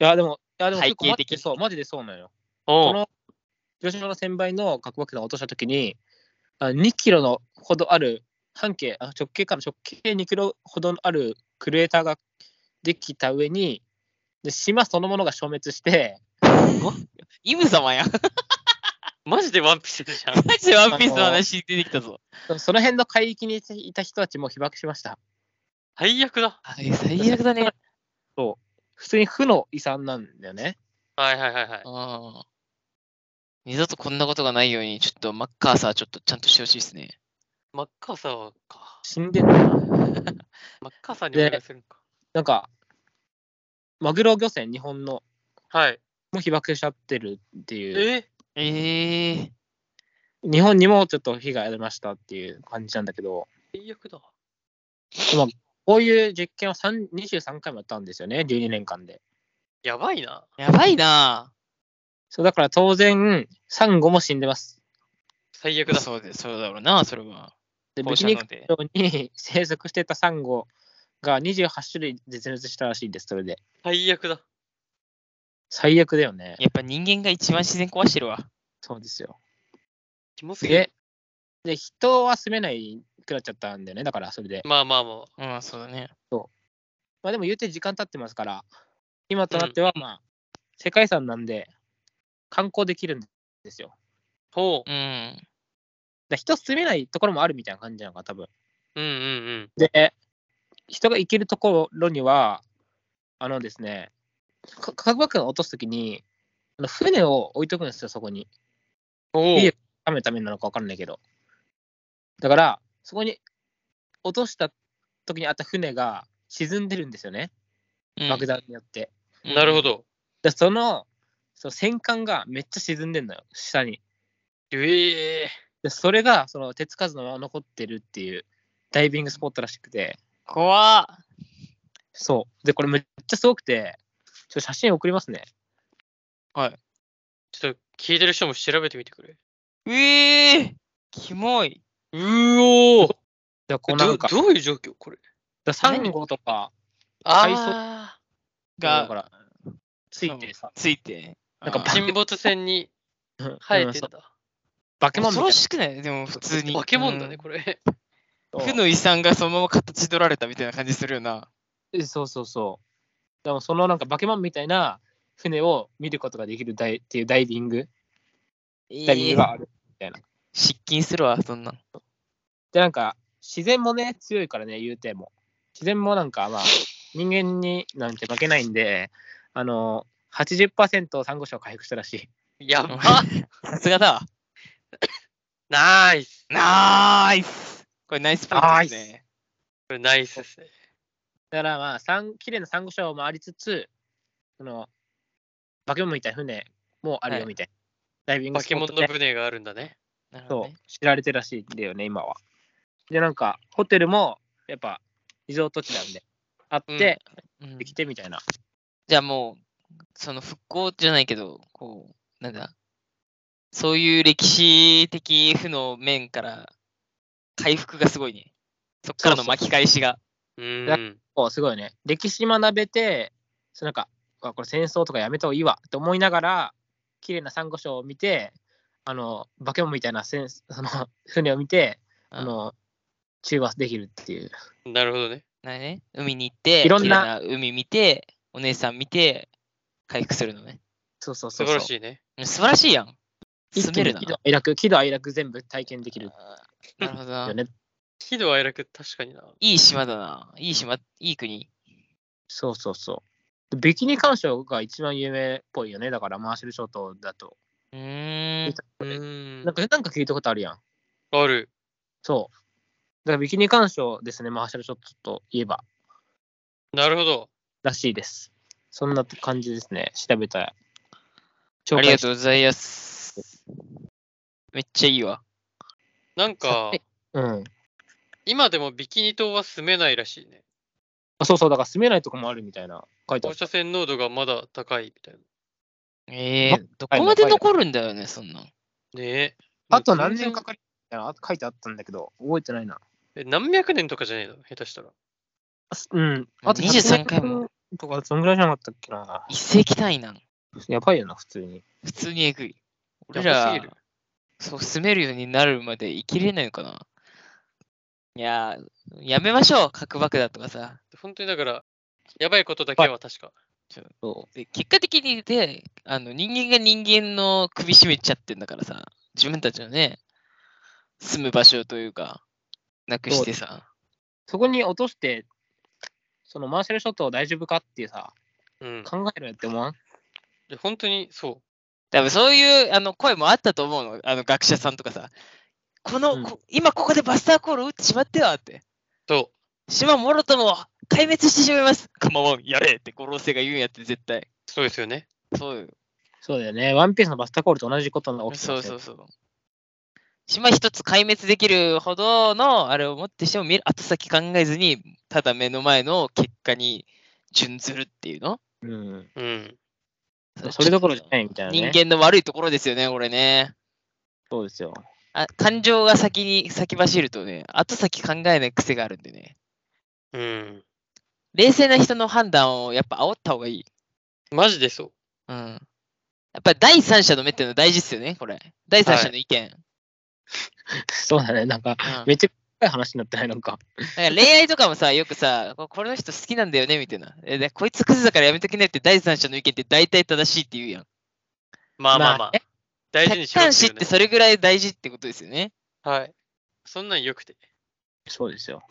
Speaker 2: いや、でも、いや、でも
Speaker 3: 背
Speaker 2: 結構
Speaker 3: 景
Speaker 2: マジ
Speaker 3: 的に
Speaker 2: でそう、マジでそうなのよ。
Speaker 1: ーお
Speaker 2: この広島の1000倍の核爆弾を落としたときに、あ2キロのほどある半径、あ直径から直径2キロほどあるクレーターができた上に、で島そのものが消滅して、
Speaker 3: イム様やん。
Speaker 1: マジでワンピースじゃん。
Speaker 3: マジでワンピースの話出てきたぞ。
Speaker 2: その辺の海域にいた人たちも被爆しました。
Speaker 1: 最悪だ。
Speaker 3: あ最悪だね。
Speaker 2: 普通に負の遺産なんだよね。
Speaker 1: [LAUGHS] はいはいはいはい。
Speaker 3: うん二度とこんなことがないように、ちょっとマッカーサーちょっとちゃんとしてほしいですね。
Speaker 1: マッカーサーか。
Speaker 2: 死んでるな。
Speaker 1: マッカーサーにお願いするのか。
Speaker 2: なんか、マグロ漁船、日本の、
Speaker 1: はい。
Speaker 2: も被爆しちゃってるっていう、
Speaker 1: え
Speaker 3: ええ
Speaker 2: 日本にもちょっと被害が出ましたっていう感じなんだけど、
Speaker 1: ー、最悪だ。
Speaker 2: こういう実験を3 23回もやったんですよね、12年間で。
Speaker 1: やばいな。
Speaker 3: やばいな
Speaker 2: そうだから当然、サンゴも死んでます。
Speaker 1: 最悪
Speaker 3: ぁ。
Speaker 1: だ。
Speaker 3: そうで、そうだろうな、それは。
Speaker 2: で、
Speaker 3: 放
Speaker 2: 無
Speaker 3: 射
Speaker 2: 事
Speaker 3: 能
Speaker 2: に
Speaker 3: で。
Speaker 2: に [LAUGHS] 生息してたサンゴが28種類絶滅したらしいです、それで。
Speaker 1: 最悪だ。
Speaker 2: 最悪だよね。
Speaker 3: やっぱ人間が一番自然壊してるわ。
Speaker 2: そうですよ。
Speaker 1: キモすぎ
Speaker 2: で
Speaker 1: る。、
Speaker 2: で人は住めないくなっちゃったんだよね、だからそれで。
Speaker 1: まあまあも
Speaker 3: うん、そうだね。
Speaker 2: まあでも言うて時間経ってますから、今となっては、まあ、世界遺産なんで、観光できるんですよ。
Speaker 1: う。ほ
Speaker 3: うん。
Speaker 2: で人住めないところもあるみたいな感じなのかな、多分。
Speaker 1: う。うんうんうん。
Speaker 2: で、人が行けるところには、あのですね、か核爆弾を落とすときに、あの船を置いとくんですよ、そこに。
Speaker 1: おお。
Speaker 2: いいよ雨のためなのか分かんないけど。だから、そこに落としたときにあった船が沈んでるんですよね、
Speaker 3: うん
Speaker 2: 爆弾によって。
Speaker 1: なるほ。ど。
Speaker 2: でそのその戦艦がめっちゃ沈んでるのよ、下に。
Speaker 1: ええ
Speaker 2: でそれがその手つかずのまま残ってるっていうダイビングスポットらしくて、
Speaker 3: 怖っ。
Speaker 2: そう。で、これめっちゃすごくて、ちょっと写真送りますね。
Speaker 1: ちょっと聞いてる人も調べてみてくれ。
Speaker 3: うえー、キモい。
Speaker 1: うーおー
Speaker 2: じゃあこうな
Speaker 1: ど
Speaker 2: んか、
Speaker 1: どういう状況これ
Speaker 2: だサンゴとか海藻
Speaker 1: あ
Speaker 2: が
Speaker 3: が、
Speaker 2: ほらついてさ、
Speaker 3: ついて。
Speaker 2: なんか
Speaker 1: あ。
Speaker 3: あー
Speaker 1: 沈没船に生えてん
Speaker 2: そう
Speaker 1: だ。
Speaker 2: バケモンみ
Speaker 3: 恐
Speaker 2: たい
Speaker 3: ろ
Speaker 2: な
Speaker 3: しくないでも普通に。
Speaker 1: 化け物だ
Speaker 3: う
Speaker 1: ね、
Speaker 3: ん。
Speaker 1: これ。
Speaker 3: 負の遺産がそのまま形取られたみたいな感じするよな。
Speaker 2: えそうそうそう。でもそのなんかバケモンみたいな船を見ることができるダイっていうダイビング、ダイビングがある。
Speaker 3: 失禁するわ、そんなの。
Speaker 2: で、なんか、自然もね、強いからね、言うても。自然もなんか、まあ、人間になんて負けないんで、あの、80%サンゴ礁回復したらしい。
Speaker 1: やば
Speaker 3: さすがだわ。
Speaker 1: [LAUGHS] ナイス
Speaker 3: ナーイスこれナイスポイントですね。
Speaker 1: これナイスですね。
Speaker 2: だからまあ、さん綺麗なサンゴ礁もありつつ、その、化け物みたいな船もある
Speaker 3: は
Speaker 2: よ
Speaker 3: い
Speaker 2: みたいな。ダイビング
Speaker 1: 化
Speaker 2: スポ
Speaker 1: け
Speaker 2: ッ
Speaker 1: 物
Speaker 2: ト
Speaker 1: の
Speaker 2: で、
Speaker 1: 船があるんだね。
Speaker 3: なるほど
Speaker 2: そう
Speaker 3: ね。、
Speaker 2: 知られてるらしいんだよね、今は。で、なんか、ホテルも、やっぱ、リゾート地なんで、あって、
Speaker 3: うん
Speaker 2: できてみたいな。
Speaker 3: じゃあもう、その復興じゃないけど、こう、なんだ、そういう歴史的負の面から回復がすごいね。そっから
Speaker 2: そ
Speaker 3: の
Speaker 2: うそう
Speaker 3: 巻き返しが。
Speaker 1: う
Speaker 2: だ
Speaker 1: ーん。
Speaker 2: こうすごいね。歴史学べて、そのなんか、あこれ戦争とかやめた方がいいわって思いながら、綺麗なサンゴ礁を見て、あの、化け物みたいなせんその船を見て、あ
Speaker 3: うん
Speaker 2: の、中和できるっていう。
Speaker 1: なるほどね。
Speaker 3: なるね、海に行って、
Speaker 2: いろんな
Speaker 3: 綺麗海見て、お姉さん見て、回復するのね。
Speaker 2: そうそう
Speaker 1: 素
Speaker 2: そうそ
Speaker 1: 晴
Speaker 2: う。
Speaker 1: らしいね。
Speaker 3: 素晴らしいやん。
Speaker 2: 一
Speaker 3: 住
Speaker 2: 気
Speaker 3: め
Speaker 2: に
Speaker 3: るな
Speaker 2: 喜。怒哀楽、喜怒哀楽全部体験できる
Speaker 3: あーなるほどな
Speaker 2: よ。ね。
Speaker 1: 喜怒哀楽、確かにな。
Speaker 3: いい島だな。いい島、いい国。
Speaker 2: そうそうそう。でビキニ鑑賞が一番有名っぽいよね。だから、マーシャル諸島だと。
Speaker 3: うーん。
Speaker 1: うー
Speaker 2: なん
Speaker 1: ん。
Speaker 2: か、なんか聞いたことあるやん。
Speaker 1: ある。
Speaker 2: そう。だから、ビキニ鑑賞ですね、マーシャル諸島といえば。
Speaker 1: なるほど。
Speaker 2: らしいです。そんな感じですね。調べたら。
Speaker 3: あ
Speaker 2: 紹
Speaker 3: りが
Speaker 2: 介し
Speaker 3: とうございます。めっちゃいいわ。
Speaker 1: なんか、
Speaker 2: うん。
Speaker 1: 今でもビキニ島は住めないらしいね。
Speaker 2: あそうそう、だから住めないとこもあるみたいな。書いてあ
Speaker 1: 放
Speaker 2: る。
Speaker 1: 射線濃度がまだ高いみたい
Speaker 3: ええ
Speaker 2: ま
Speaker 3: どこまで残るんだよね、そんな
Speaker 1: な。
Speaker 3: ん。
Speaker 1: ねえ。
Speaker 2: あと何年か
Speaker 1: もう
Speaker 2: かるみたいな、書いてあったんだけど、覚えてないな。
Speaker 1: 全然え何百年とかじゃないの下手したら。
Speaker 2: うん。あと
Speaker 3: 23回も。
Speaker 2: とか、そんぐらいじゃなかったっけな。
Speaker 3: 一石単位なん。
Speaker 2: やばいよな、普通に。
Speaker 3: 普通にえぐい。俺
Speaker 1: やばす
Speaker 3: ら
Speaker 1: ぎる、
Speaker 3: そう、住めるようになるまで生きれないのかな。いやー、やめましょう、核爆弾とかさ。
Speaker 1: 本当にだから、やばいことだけは確か。
Speaker 2: そ
Speaker 3: で結果的にであの人間が人間の首絞めちゃってんだからさ自分たちのね住む場所というかなくしてさ
Speaker 2: う。そこに落として、そのマーシャル諸島大丈夫かっていうさ、
Speaker 1: うん。
Speaker 2: 考えるって思わん
Speaker 1: で本当にそ
Speaker 3: 多分そういうあの声もあったと思うのあの学者さんとかさこの、
Speaker 2: うん
Speaker 3: こ今ここでバスターコールを打ってしまってはって
Speaker 1: う。そ
Speaker 3: 島もろとも壊滅してしまいますカマワンやれって五老星が言うんやって絶対
Speaker 1: う。そうですよね。
Speaker 3: そうよ
Speaker 2: そうだよね。ワンピースのバスタコールと同じことが起きて
Speaker 3: そ
Speaker 2: ま
Speaker 3: う
Speaker 2: す
Speaker 3: そ
Speaker 2: よ
Speaker 3: うそう島一つ壊滅できるほどのあれを持ってしても見る後先考えずにただ目の前の結果に準ずるっていうの
Speaker 2: うん。
Speaker 1: うん。
Speaker 2: それどころじゃ
Speaker 3: い、
Speaker 2: ないみたいな
Speaker 3: 人
Speaker 2: ね。
Speaker 3: 間の悪いところですよねこれね
Speaker 2: そうですよ。 [LAUGHS]
Speaker 3: あ感情が先に先走るとね後先考えない癖があるんでね
Speaker 1: うん。
Speaker 3: 冷静な人の判断をやっぱ煽った方がいい
Speaker 1: マジでそう。
Speaker 3: うんやっぱ第三者の目っていうのは大事ですよねこれ第三者の意見、
Speaker 2: そうだね。なんか、
Speaker 3: うん
Speaker 2: めっちゃ深い話になってないなんか。
Speaker 3: なんか恋愛とかもさ、よくさ、ここの人好きなんだよねみたいな。えでこいつクズだからやめときなよって第三者の意見って大体正しいって言うやん。
Speaker 1: まあまあまあ。
Speaker 2: ね
Speaker 1: 大事に
Speaker 3: 客
Speaker 1: しろ
Speaker 3: 観
Speaker 1: って
Speaker 3: 視
Speaker 1: い
Speaker 3: っ
Speaker 1: う
Speaker 3: て
Speaker 1: ね。
Speaker 3: それぐらい大事ってことですよね。
Speaker 1: はい。そんなん良くて。
Speaker 2: そうですよ。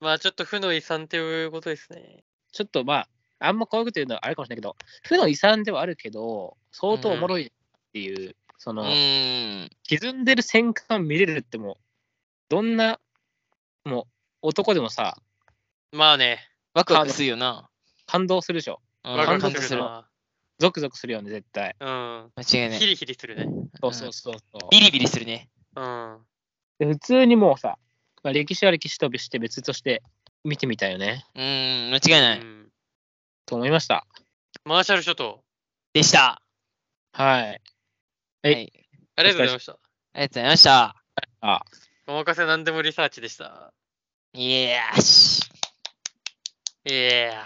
Speaker 1: まあちょっと負の遺産っていうことですね。
Speaker 2: ちょっとまあ、あんまこういうこと言うのはあれかもしれないけど、負の遺産ではあるけど、相当おもろいっていう、そうの、
Speaker 3: ーん。
Speaker 2: 沈んでる戦艦見れるってもう、どんな、もう、男でもさ、
Speaker 1: まあね。
Speaker 3: ワクワクするよな。
Speaker 2: 感動するでしょ。
Speaker 3: うん
Speaker 1: わか
Speaker 3: 感
Speaker 1: る
Speaker 3: 動
Speaker 1: か
Speaker 3: す
Speaker 1: す
Speaker 3: る
Speaker 1: る
Speaker 3: わ。
Speaker 1: な。
Speaker 2: ゾクゾクするよね、絶対。
Speaker 1: うん。
Speaker 3: 間違いな
Speaker 1: ヒ
Speaker 3: い。
Speaker 1: リヒリするね。
Speaker 2: そうそうそうそう。
Speaker 3: ビリビリするね。
Speaker 1: うん。
Speaker 2: で普通にもうさ、まあ、歴史は歴史として別として見てみたいよね、
Speaker 3: うーん、間違いな
Speaker 1: う
Speaker 3: い。
Speaker 1: ん
Speaker 2: と思いました。
Speaker 1: マーシャル諸島。
Speaker 3: でした。
Speaker 2: はい。はい
Speaker 3: はい。
Speaker 1: ありがとうございました。
Speaker 3: ありがとうございました。
Speaker 1: お任せ何でもリサーチでした。
Speaker 3: いやーし。
Speaker 1: いや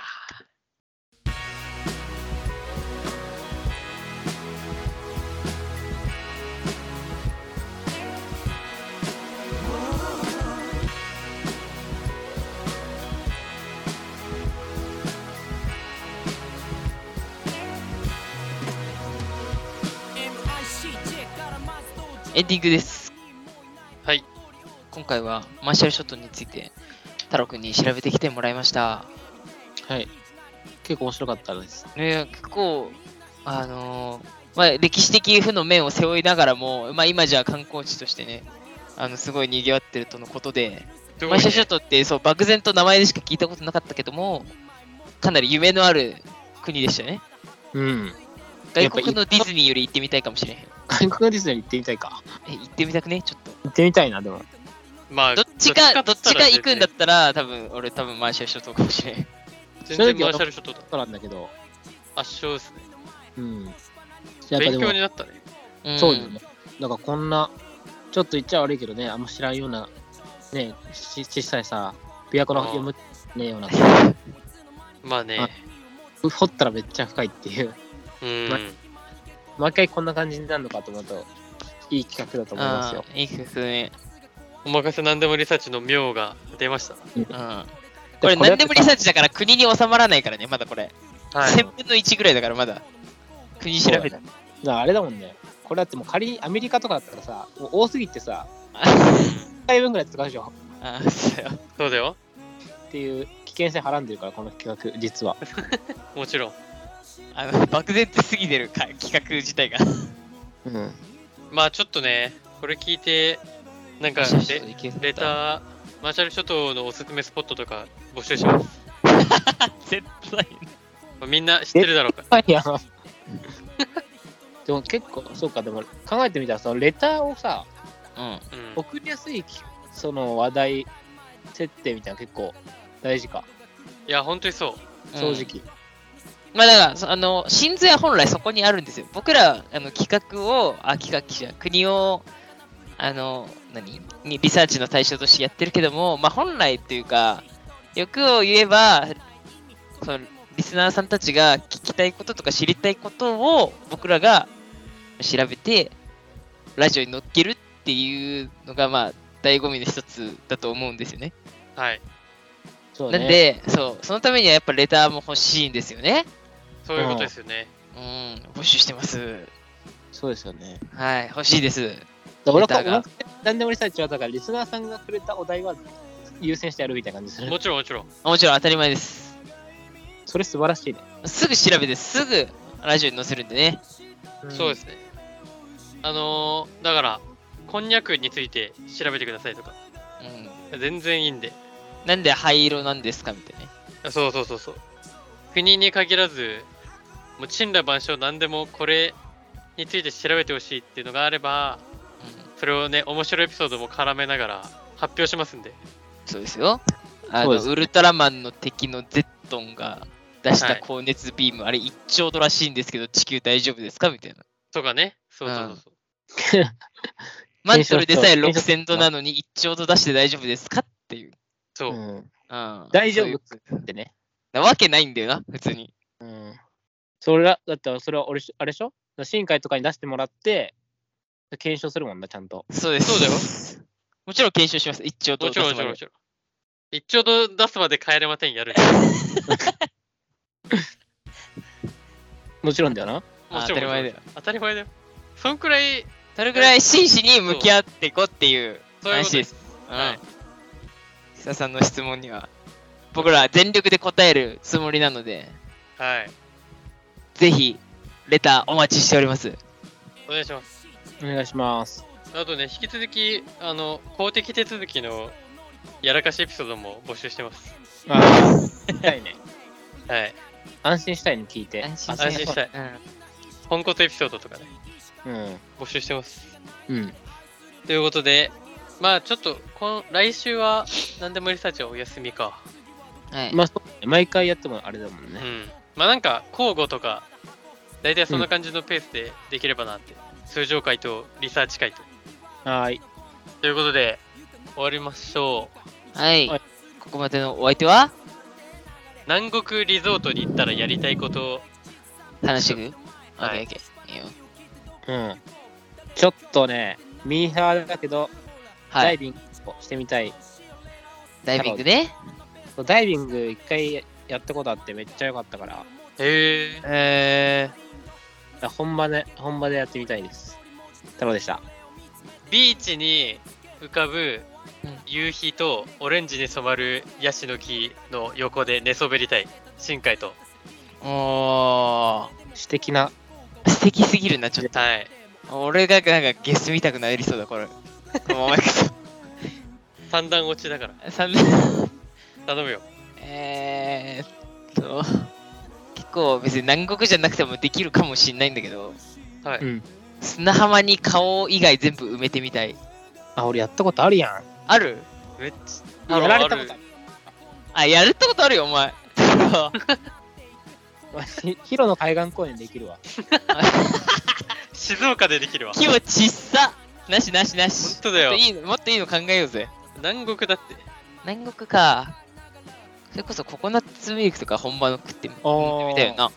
Speaker 3: エンディングです。今回はマーシャルショットについて太郎くんに調べてきてもらいました。
Speaker 2: はい。結構面白かったです。
Speaker 3: ね、結構、あのーまあ、歴史的負の面を背負いながらも、まあ、今じゃ観光地としてね、あのすごい賑わってるとのことで、
Speaker 1: すご
Speaker 3: マ
Speaker 1: い
Speaker 3: ー
Speaker 1: ね
Speaker 3: シャルショットってそう漠然と名前でしか聞いたことなかったけども、かなり夢のある国でしたよね。
Speaker 2: うん。 [LAUGHS] や
Speaker 3: 外
Speaker 2: っぱい
Speaker 3: 国のディズニーより行ってみたいかもしれへん。
Speaker 2: 韓国ディズニー行ってみたいか。
Speaker 3: え行ってみたくねちょっと。
Speaker 2: 行ってみたいな、でも。
Speaker 1: まあ、
Speaker 3: どっちか、どっちか行くんだ
Speaker 1: っ
Speaker 3: ったら、多分俺、多分マーシャルショットかもしれん。
Speaker 1: たら全然
Speaker 2: 正直
Speaker 1: マーシャルショットだ。
Speaker 2: そうなんだけど。
Speaker 1: 圧勝ですね。
Speaker 2: うん。やっぱ
Speaker 1: 勉
Speaker 2: でも
Speaker 1: 強になったね。
Speaker 3: うん
Speaker 2: そうよね。なんかこんな、ちょっと言っちゃ悪いけどね、あんま知らんような、ね、し小さいさ、琵琶湖の読むねえような、
Speaker 1: まあね。
Speaker 2: 掘ったらめっちゃ深いっていう、
Speaker 1: うん。
Speaker 2: 毎回こんな感じになるのかと思うと、いい企画だと思いますよ。
Speaker 3: うんいい曲ね。
Speaker 1: お任せ何でもリサーチの妙が出ました。
Speaker 3: うん。これ
Speaker 2: も
Speaker 3: 何でもリサーチだから国に収まらないからね、まだこれ。
Speaker 1: はい。
Speaker 3: 1000分の1ぐらいだからまだ。国調べて。
Speaker 2: だからあれだもんね。これだってもう仮にアメリカとかだったらさ、もう多すぎてさ、1回分ぐらい使うでしょ
Speaker 3: ああ、そうよ。
Speaker 1: そうだよ。
Speaker 2: っていう危険性はらんでるから、この企画、実は。
Speaker 1: もちろん。
Speaker 3: あの、漠然と過ぎてるか企画自体が。
Speaker 2: うん。
Speaker 1: まあちょっとね、これ聞いて、なんかレ、
Speaker 3: [LAUGHS]
Speaker 1: レタ
Speaker 3: ー。
Speaker 1: ー、マーシャル諸島のおすすめスポットとか募集します。
Speaker 3: 絶対。
Speaker 1: まあみんな知ってるだろうか。
Speaker 2: いや。 [LAUGHS] でも結構、そうか、でも考えてみたら、そのレターをさ、
Speaker 3: うん。
Speaker 1: うん。
Speaker 2: 送りやすいきその話題設定みたいなの結構大事か
Speaker 1: いや、本当にそう。
Speaker 2: 正直、
Speaker 3: まあだからそ、あの、真髄は本来そこにあるんですよ。僕ら、あの、企画を、あ、企画じゃ、国を、あの、何にリサーチの対象としてやってるけども、まあ本来っていうか、欲を言えば、その、リスナーさんたちが聞きたいこととか知りたいことを僕らが調べて、ラジオに乗っけるっていうのが、まあ、醍醐味の一つだと思うんですよね。
Speaker 1: はい。
Speaker 2: そう
Speaker 3: な
Speaker 2: ね
Speaker 3: んで、そう、そのためにはやっぱレターも欲しいんですよね。
Speaker 1: そういうことですよね。
Speaker 3: うん、募集してます。
Speaker 2: そうですよね
Speaker 3: はい、欲しいです。
Speaker 2: だから俺は
Speaker 3: レターが
Speaker 2: 俺は何でもリサーチはだからリスナーさんがくれたお題は優先してやるみたいな感じする
Speaker 1: もちろんもちろん。
Speaker 3: もちろん当たり前です。
Speaker 2: それ素晴らしいね、
Speaker 3: すぐ調べて、すぐラジオに載せるんでね。
Speaker 1: そうですすね。あのー、だから、こんにゃくについて調べてくださいとか、
Speaker 3: うん。
Speaker 1: 全然いいんで。
Speaker 3: なんで灰色なんですかみたいなね。
Speaker 1: そうそうそうそう。国に限らず、もう、陳羅万象何でもこれについて調べてほしいっていうのがあれば、
Speaker 3: うん、
Speaker 1: それをね、面白いエピソードも絡めながら発表しますんで。
Speaker 3: そうですよ。あ
Speaker 2: そう
Speaker 3: の、
Speaker 2: です
Speaker 3: ウルトラマンの敵のゼットンが出し
Speaker 1: は
Speaker 3: た
Speaker 1: い
Speaker 3: 高熱ビーム、あれ一兆度らしいんですけど、地球大丈夫ですかみたいな。
Speaker 1: とかね。そうそうそうそう。
Speaker 3: マントルでさえ
Speaker 2: 検証
Speaker 3: 6000度なのに一兆度出して大丈夫ですかっていう。
Speaker 1: そう。
Speaker 2: うん
Speaker 3: うん、
Speaker 2: 大丈
Speaker 3: そういう
Speaker 2: 夫ってね、
Speaker 3: なわけないんだよな、普通に。
Speaker 2: うん、それらだってそれは俺しあれでしょ新海とかに出してもらって検証するもんなちゃんと
Speaker 3: そうです。
Speaker 1: そうだよ
Speaker 3: だよ。 [LAUGHS] もちろん検証します。一兆度
Speaker 1: も
Speaker 3: 出
Speaker 1: ち
Speaker 3: す
Speaker 1: ろん
Speaker 3: ま
Speaker 1: も
Speaker 3: で
Speaker 1: ちろんもちろん。一丁と出すまで帰れませんやる。
Speaker 2: もちろんだよな
Speaker 1: もちろん
Speaker 3: 当たり前だよ。
Speaker 1: 当たり前だよ。そんくらい、
Speaker 3: それぐらい真摯に向き合っていこうっていう
Speaker 1: そういうこ
Speaker 3: 話
Speaker 1: とで
Speaker 3: ですす。
Speaker 1: は
Speaker 3: うん
Speaker 1: い。
Speaker 3: 久田さんの質問には、僕らは全力で答えるつもりなので、
Speaker 1: はい。
Speaker 3: ぜひ、レターお待ちしております。
Speaker 1: お願いします。
Speaker 2: お願いします
Speaker 1: あとね、引き続き、あの、公的手続きのやらかしエピソードも募集してます。
Speaker 2: ああしたいね
Speaker 1: はい。
Speaker 2: 安心したいね聞いて
Speaker 3: 安心
Speaker 1: 安心したい。ポンコツエピソードとかね、
Speaker 2: うん
Speaker 1: 募集してます。
Speaker 2: うん
Speaker 1: ということで、まあちょっと、こん来週は、何でもリサーチはお休みか。
Speaker 3: はい。
Speaker 2: まあそうね毎回やってもあれだもん
Speaker 1: う
Speaker 2: ね、
Speaker 1: ん。まあなんか、交互とか、大体そんな感じのペースでできればなって。通常回とリサーチ回と。
Speaker 2: はーい
Speaker 1: ということで、終わりましょう。
Speaker 3: はい
Speaker 2: はい。
Speaker 3: ここまでのお相手は、
Speaker 1: 南国リゾートに行ったらやりたいことを、
Speaker 3: 話してく
Speaker 1: はい
Speaker 3: OK OK いいよ
Speaker 2: うん。ちょっとね、ミーハーだけど、
Speaker 3: は
Speaker 2: ダイ
Speaker 3: い。
Speaker 2: ビングをしてみたい。
Speaker 3: ダイビングね。
Speaker 2: ダイビング一回やったことあってめっちゃ良かったから、だか
Speaker 1: へえ。
Speaker 3: え
Speaker 2: ら本場で、本場でやってみたいです。太郎でした。
Speaker 1: ビーチに浮かぶ
Speaker 3: うん
Speaker 1: 夕日とオレンジに染まるヤシの木の横で寝そべりたい深海と
Speaker 3: おー
Speaker 2: 詩的な。
Speaker 3: 素敵すぎるな、ちょっ
Speaker 1: はい
Speaker 3: と。俺がなんかゲス見たくなりそうだ、 [LAUGHS] これ。このままいく [LAUGHS]
Speaker 1: 三段落ちだから
Speaker 3: と。三
Speaker 1: 頼むよ
Speaker 3: えーっと、結構別に南国じゃなくてもできるかもしれないんだけど、
Speaker 1: はい、
Speaker 2: うん。
Speaker 3: 砂浜に顔以外全部埋めてみたい。
Speaker 2: あ、俺やったことあるやん。 [LAUGHS]
Speaker 3: ある
Speaker 1: めっち
Speaker 2: や
Speaker 1: あ
Speaker 2: られたことある。
Speaker 3: あ、やるったことあるよ、お [LAUGHS] 前。
Speaker 2: 私、ヒロの海岸公園できるわ。
Speaker 1: 静岡でできるわ
Speaker 3: 規模ちっさなしなしな
Speaker 1: 本
Speaker 3: し。
Speaker 1: 当だよ
Speaker 3: いいのもっといいの考えようぜ。
Speaker 1: 南国だって
Speaker 3: 南国か。それこそココナッツミルクとか本場の食ってみ
Speaker 2: あ
Speaker 3: みたいよな。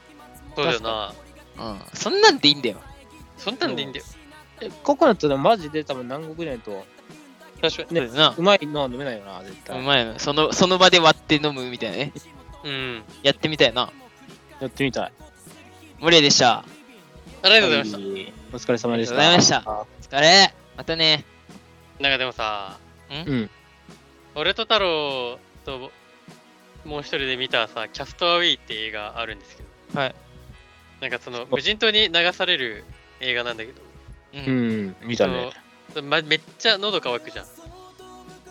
Speaker 1: そうだよな
Speaker 3: うん。そんなんでいいんだよ。
Speaker 1: そんなんでいいんだよ
Speaker 2: えココナッツでもマジで多分南国じゃないと、
Speaker 1: 確かに
Speaker 2: ね
Speaker 3: そうだよな
Speaker 2: うまいのは飲めないよな、絶
Speaker 3: う
Speaker 2: 対。
Speaker 3: まいの。その、その場で割って飲むみたいなね。
Speaker 1: うん
Speaker 3: やってみたいな。
Speaker 2: やってみたい。あ
Speaker 3: 無理でした。
Speaker 1: ありがとうございました
Speaker 2: お疲れ様でした。
Speaker 3: ありがとうございました
Speaker 2: あ
Speaker 3: お疲れ。またね。
Speaker 1: なんかでもさ、
Speaker 3: ん
Speaker 2: うん
Speaker 1: 俺と太郎ともう一人で見たさ、キャストアウェイって映画あるんですけど、
Speaker 3: はい。
Speaker 1: なんかその、無人島に流される映画なんだけど、
Speaker 3: う。
Speaker 2: うんん、見たね。
Speaker 1: そのま、めっちゃ喉乾くじゃん。
Speaker 3: う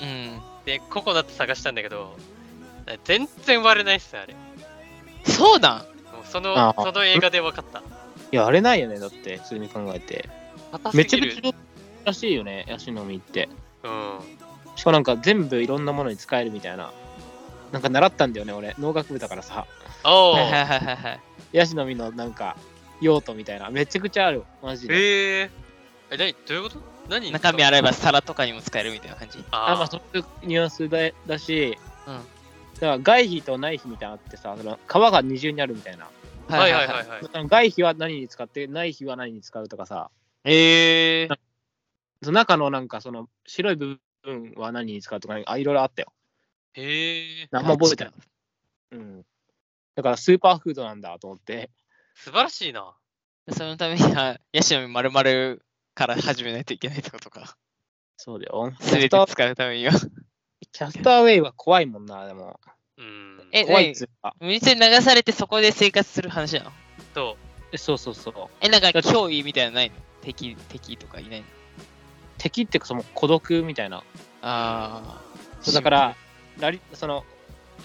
Speaker 3: ん。
Speaker 1: で、ココナッツ探したんだけど、全然割れないっすよあれ。も
Speaker 3: そうなん
Speaker 1: うその
Speaker 2: あ、
Speaker 1: その映画で分かった。
Speaker 2: いや、あれないよね、だって、普通に考えて。
Speaker 1: 硬
Speaker 2: め
Speaker 1: す
Speaker 2: ちゃ
Speaker 1: ぎ
Speaker 2: めち
Speaker 1: る。
Speaker 2: ゃらしいよね、ヤシの実って。
Speaker 1: うん。
Speaker 2: しかもなんか全部いろんなものに使えるみたいな。なんか習ったんだよね、俺。農学部だからさ。
Speaker 1: お
Speaker 3: はいは
Speaker 1: ー
Speaker 3: いはいはい。
Speaker 2: ヤシの実のなんか用途みたいな。めちゃくちゃあるよ、マジで。
Speaker 1: えー。え、何どういうこと何に
Speaker 3: 中身洗えば皿とかにも使えるみたいな感じ。
Speaker 2: あま
Speaker 1: あ
Speaker 2: あ、そういうニュアンスだだし、
Speaker 3: うん
Speaker 2: だから外皮と内皮みたいなのあってさ、その皮が二重にあるみたいな。
Speaker 1: あ、はいはいはいはい。
Speaker 2: その外皮は何に使って、内皮は何に使うとかさ、
Speaker 3: い。えー。
Speaker 2: その中のなんかその白い部分は何に使うとか、あいろいろあったよ。
Speaker 1: へえ。
Speaker 2: あんま覚えてない。うん。だからスーパーフードなんだと思って。
Speaker 1: 素晴らしいな。
Speaker 3: そのためには、ヤシの実丸々から始めないといけないっ
Speaker 2: [LAUGHS]
Speaker 3: てことか。
Speaker 2: そうだよ。キ
Speaker 3: す
Speaker 2: ャ
Speaker 3: べ
Speaker 2: ス
Speaker 3: て
Speaker 2: ター
Speaker 3: 使うためには。
Speaker 2: キャスターウェイは怖いもんな、でも。
Speaker 1: うん。
Speaker 3: え、
Speaker 2: 怖いっ
Speaker 3: 何
Speaker 2: つうか。
Speaker 3: 無理に流されてそこで生活する話なの
Speaker 1: と、
Speaker 2: えそうそうそう。
Speaker 3: え、なんか脅威みたいなのないの敵、敵とかいないの
Speaker 2: 敵っていうかその孤独みたいな。
Speaker 3: あ
Speaker 2: そうだから、ラリその、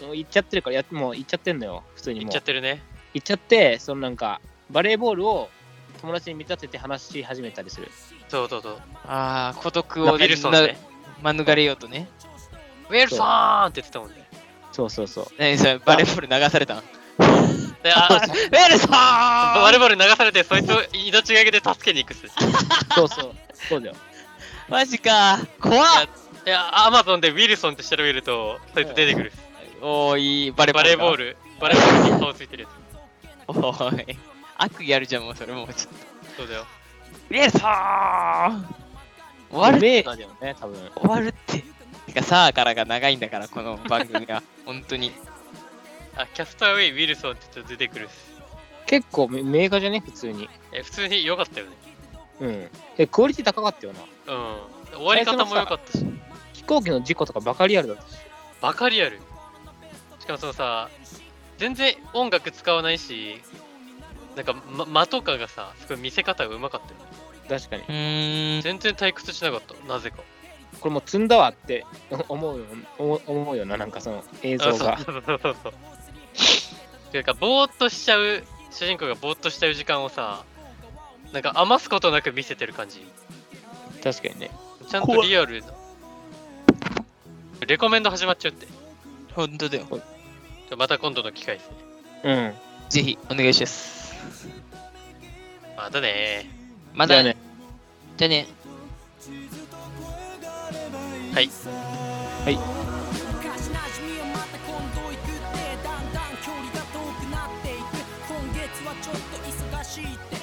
Speaker 2: 行っちゃってるから、やもう行っちゃってんのよ、普通に
Speaker 1: 言っ
Speaker 2: もう
Speaker 1: ちゃっ。てるね。
Speaker 2: 行っちゃって、そのなんか、バレーボールを友達に見立てて話し始めたりする。
Speaker 1: そうそうそう。
Speaker 3: あー、孤独
Speaker 1: ウ
Speaker 3: を
Speaker 1: ィルソンね。
Speaker 3: な免れようとね。
Speaker 1: ウィルソーンって言ってたもんね。
Speaker 2: そうそうそう。
Speaker 3: 何それ、バレーボール流されたの
Speaker 1: で、あ、
Speaker 3: ウェルソー
Speaker 1: バレーボール流されて、そいつを命がけで助けに行くっ [LAUGHS] す。い
Speaker 2: そうそう。そうだよ。
Speaker 3: マジか怖っ
Speaker 1: や、アマゾンでウィルソンって調べると、そいつ出てくるっす。
Speaker 3: おーいい、バレ
Speaker 1: バレーボー
Speaker 3: ル
Speaker 1: ル、バレーボールに顔ついてるや
Speaker 3: だ。おーい。悪意あるじゃん、もうそれもうちょっと。
Speaker 1: つ。そうだよ。
Speaker 3: ウェルソー終わる
Speaker 2: 名画だよね、多分。
Speaker 3: 終わるって。てかさあからが長いんだから、この番組
Speaker 1: [LAUGHS]
Speaker 3: が。本当に。
Speaker 1: あ、キャスターウェイ、ウィルソンって言って出てくるっす。
Speaker 2: 結構め名画じゃね、普通に。
Speaker 1: え、普通に良かったよね。
Speaker 2: うん。え、クオリティ高かったよな。
Speaker 1: うん。終わり方も良かったし、
Speaker 2: 飛行機の事故とかバカリアルだったし。
Speaker 1: バカリアル。しかもそのさ、全然音楽使わないし、なんか、ま、間とかがさ、すごい見せ方がうまかったよね。
Speaker 2: 確かに。
Speaker 3: うーん。
Speaker 1: 全然退屈しなかった、なぜか。
Speaker 2: これもう積んだわって思うよ思う思うよな、なんかその映像が
Speaker 1: あ。そうそうそうそうていうかぼーっとしちゃう主人公がぼーっとしちゃう時間をさなんか余すことなく見せてる感じ
Speaker 2: 確かにね。
Speaker 1: ちゃんとリアルなレコメンド始まっちゃうって
Speaker 3: 本当だよ。
Speaker 1: また今度の機会ですね
Speaker 2: うん。
Speaker 3: ぜひ、お願いします。
Speaker 1: またね
Speaker 3: ま
Speaker 2: じゃ
Speaker 3: だ
Speaker 2: あね。
Speaker 3: じゃあね。
Speaker 1: ーはい
Speaker 4: 昔なじみはまた今度行くってだんだん距離が遠くなっていく今月はちょっと忙しいって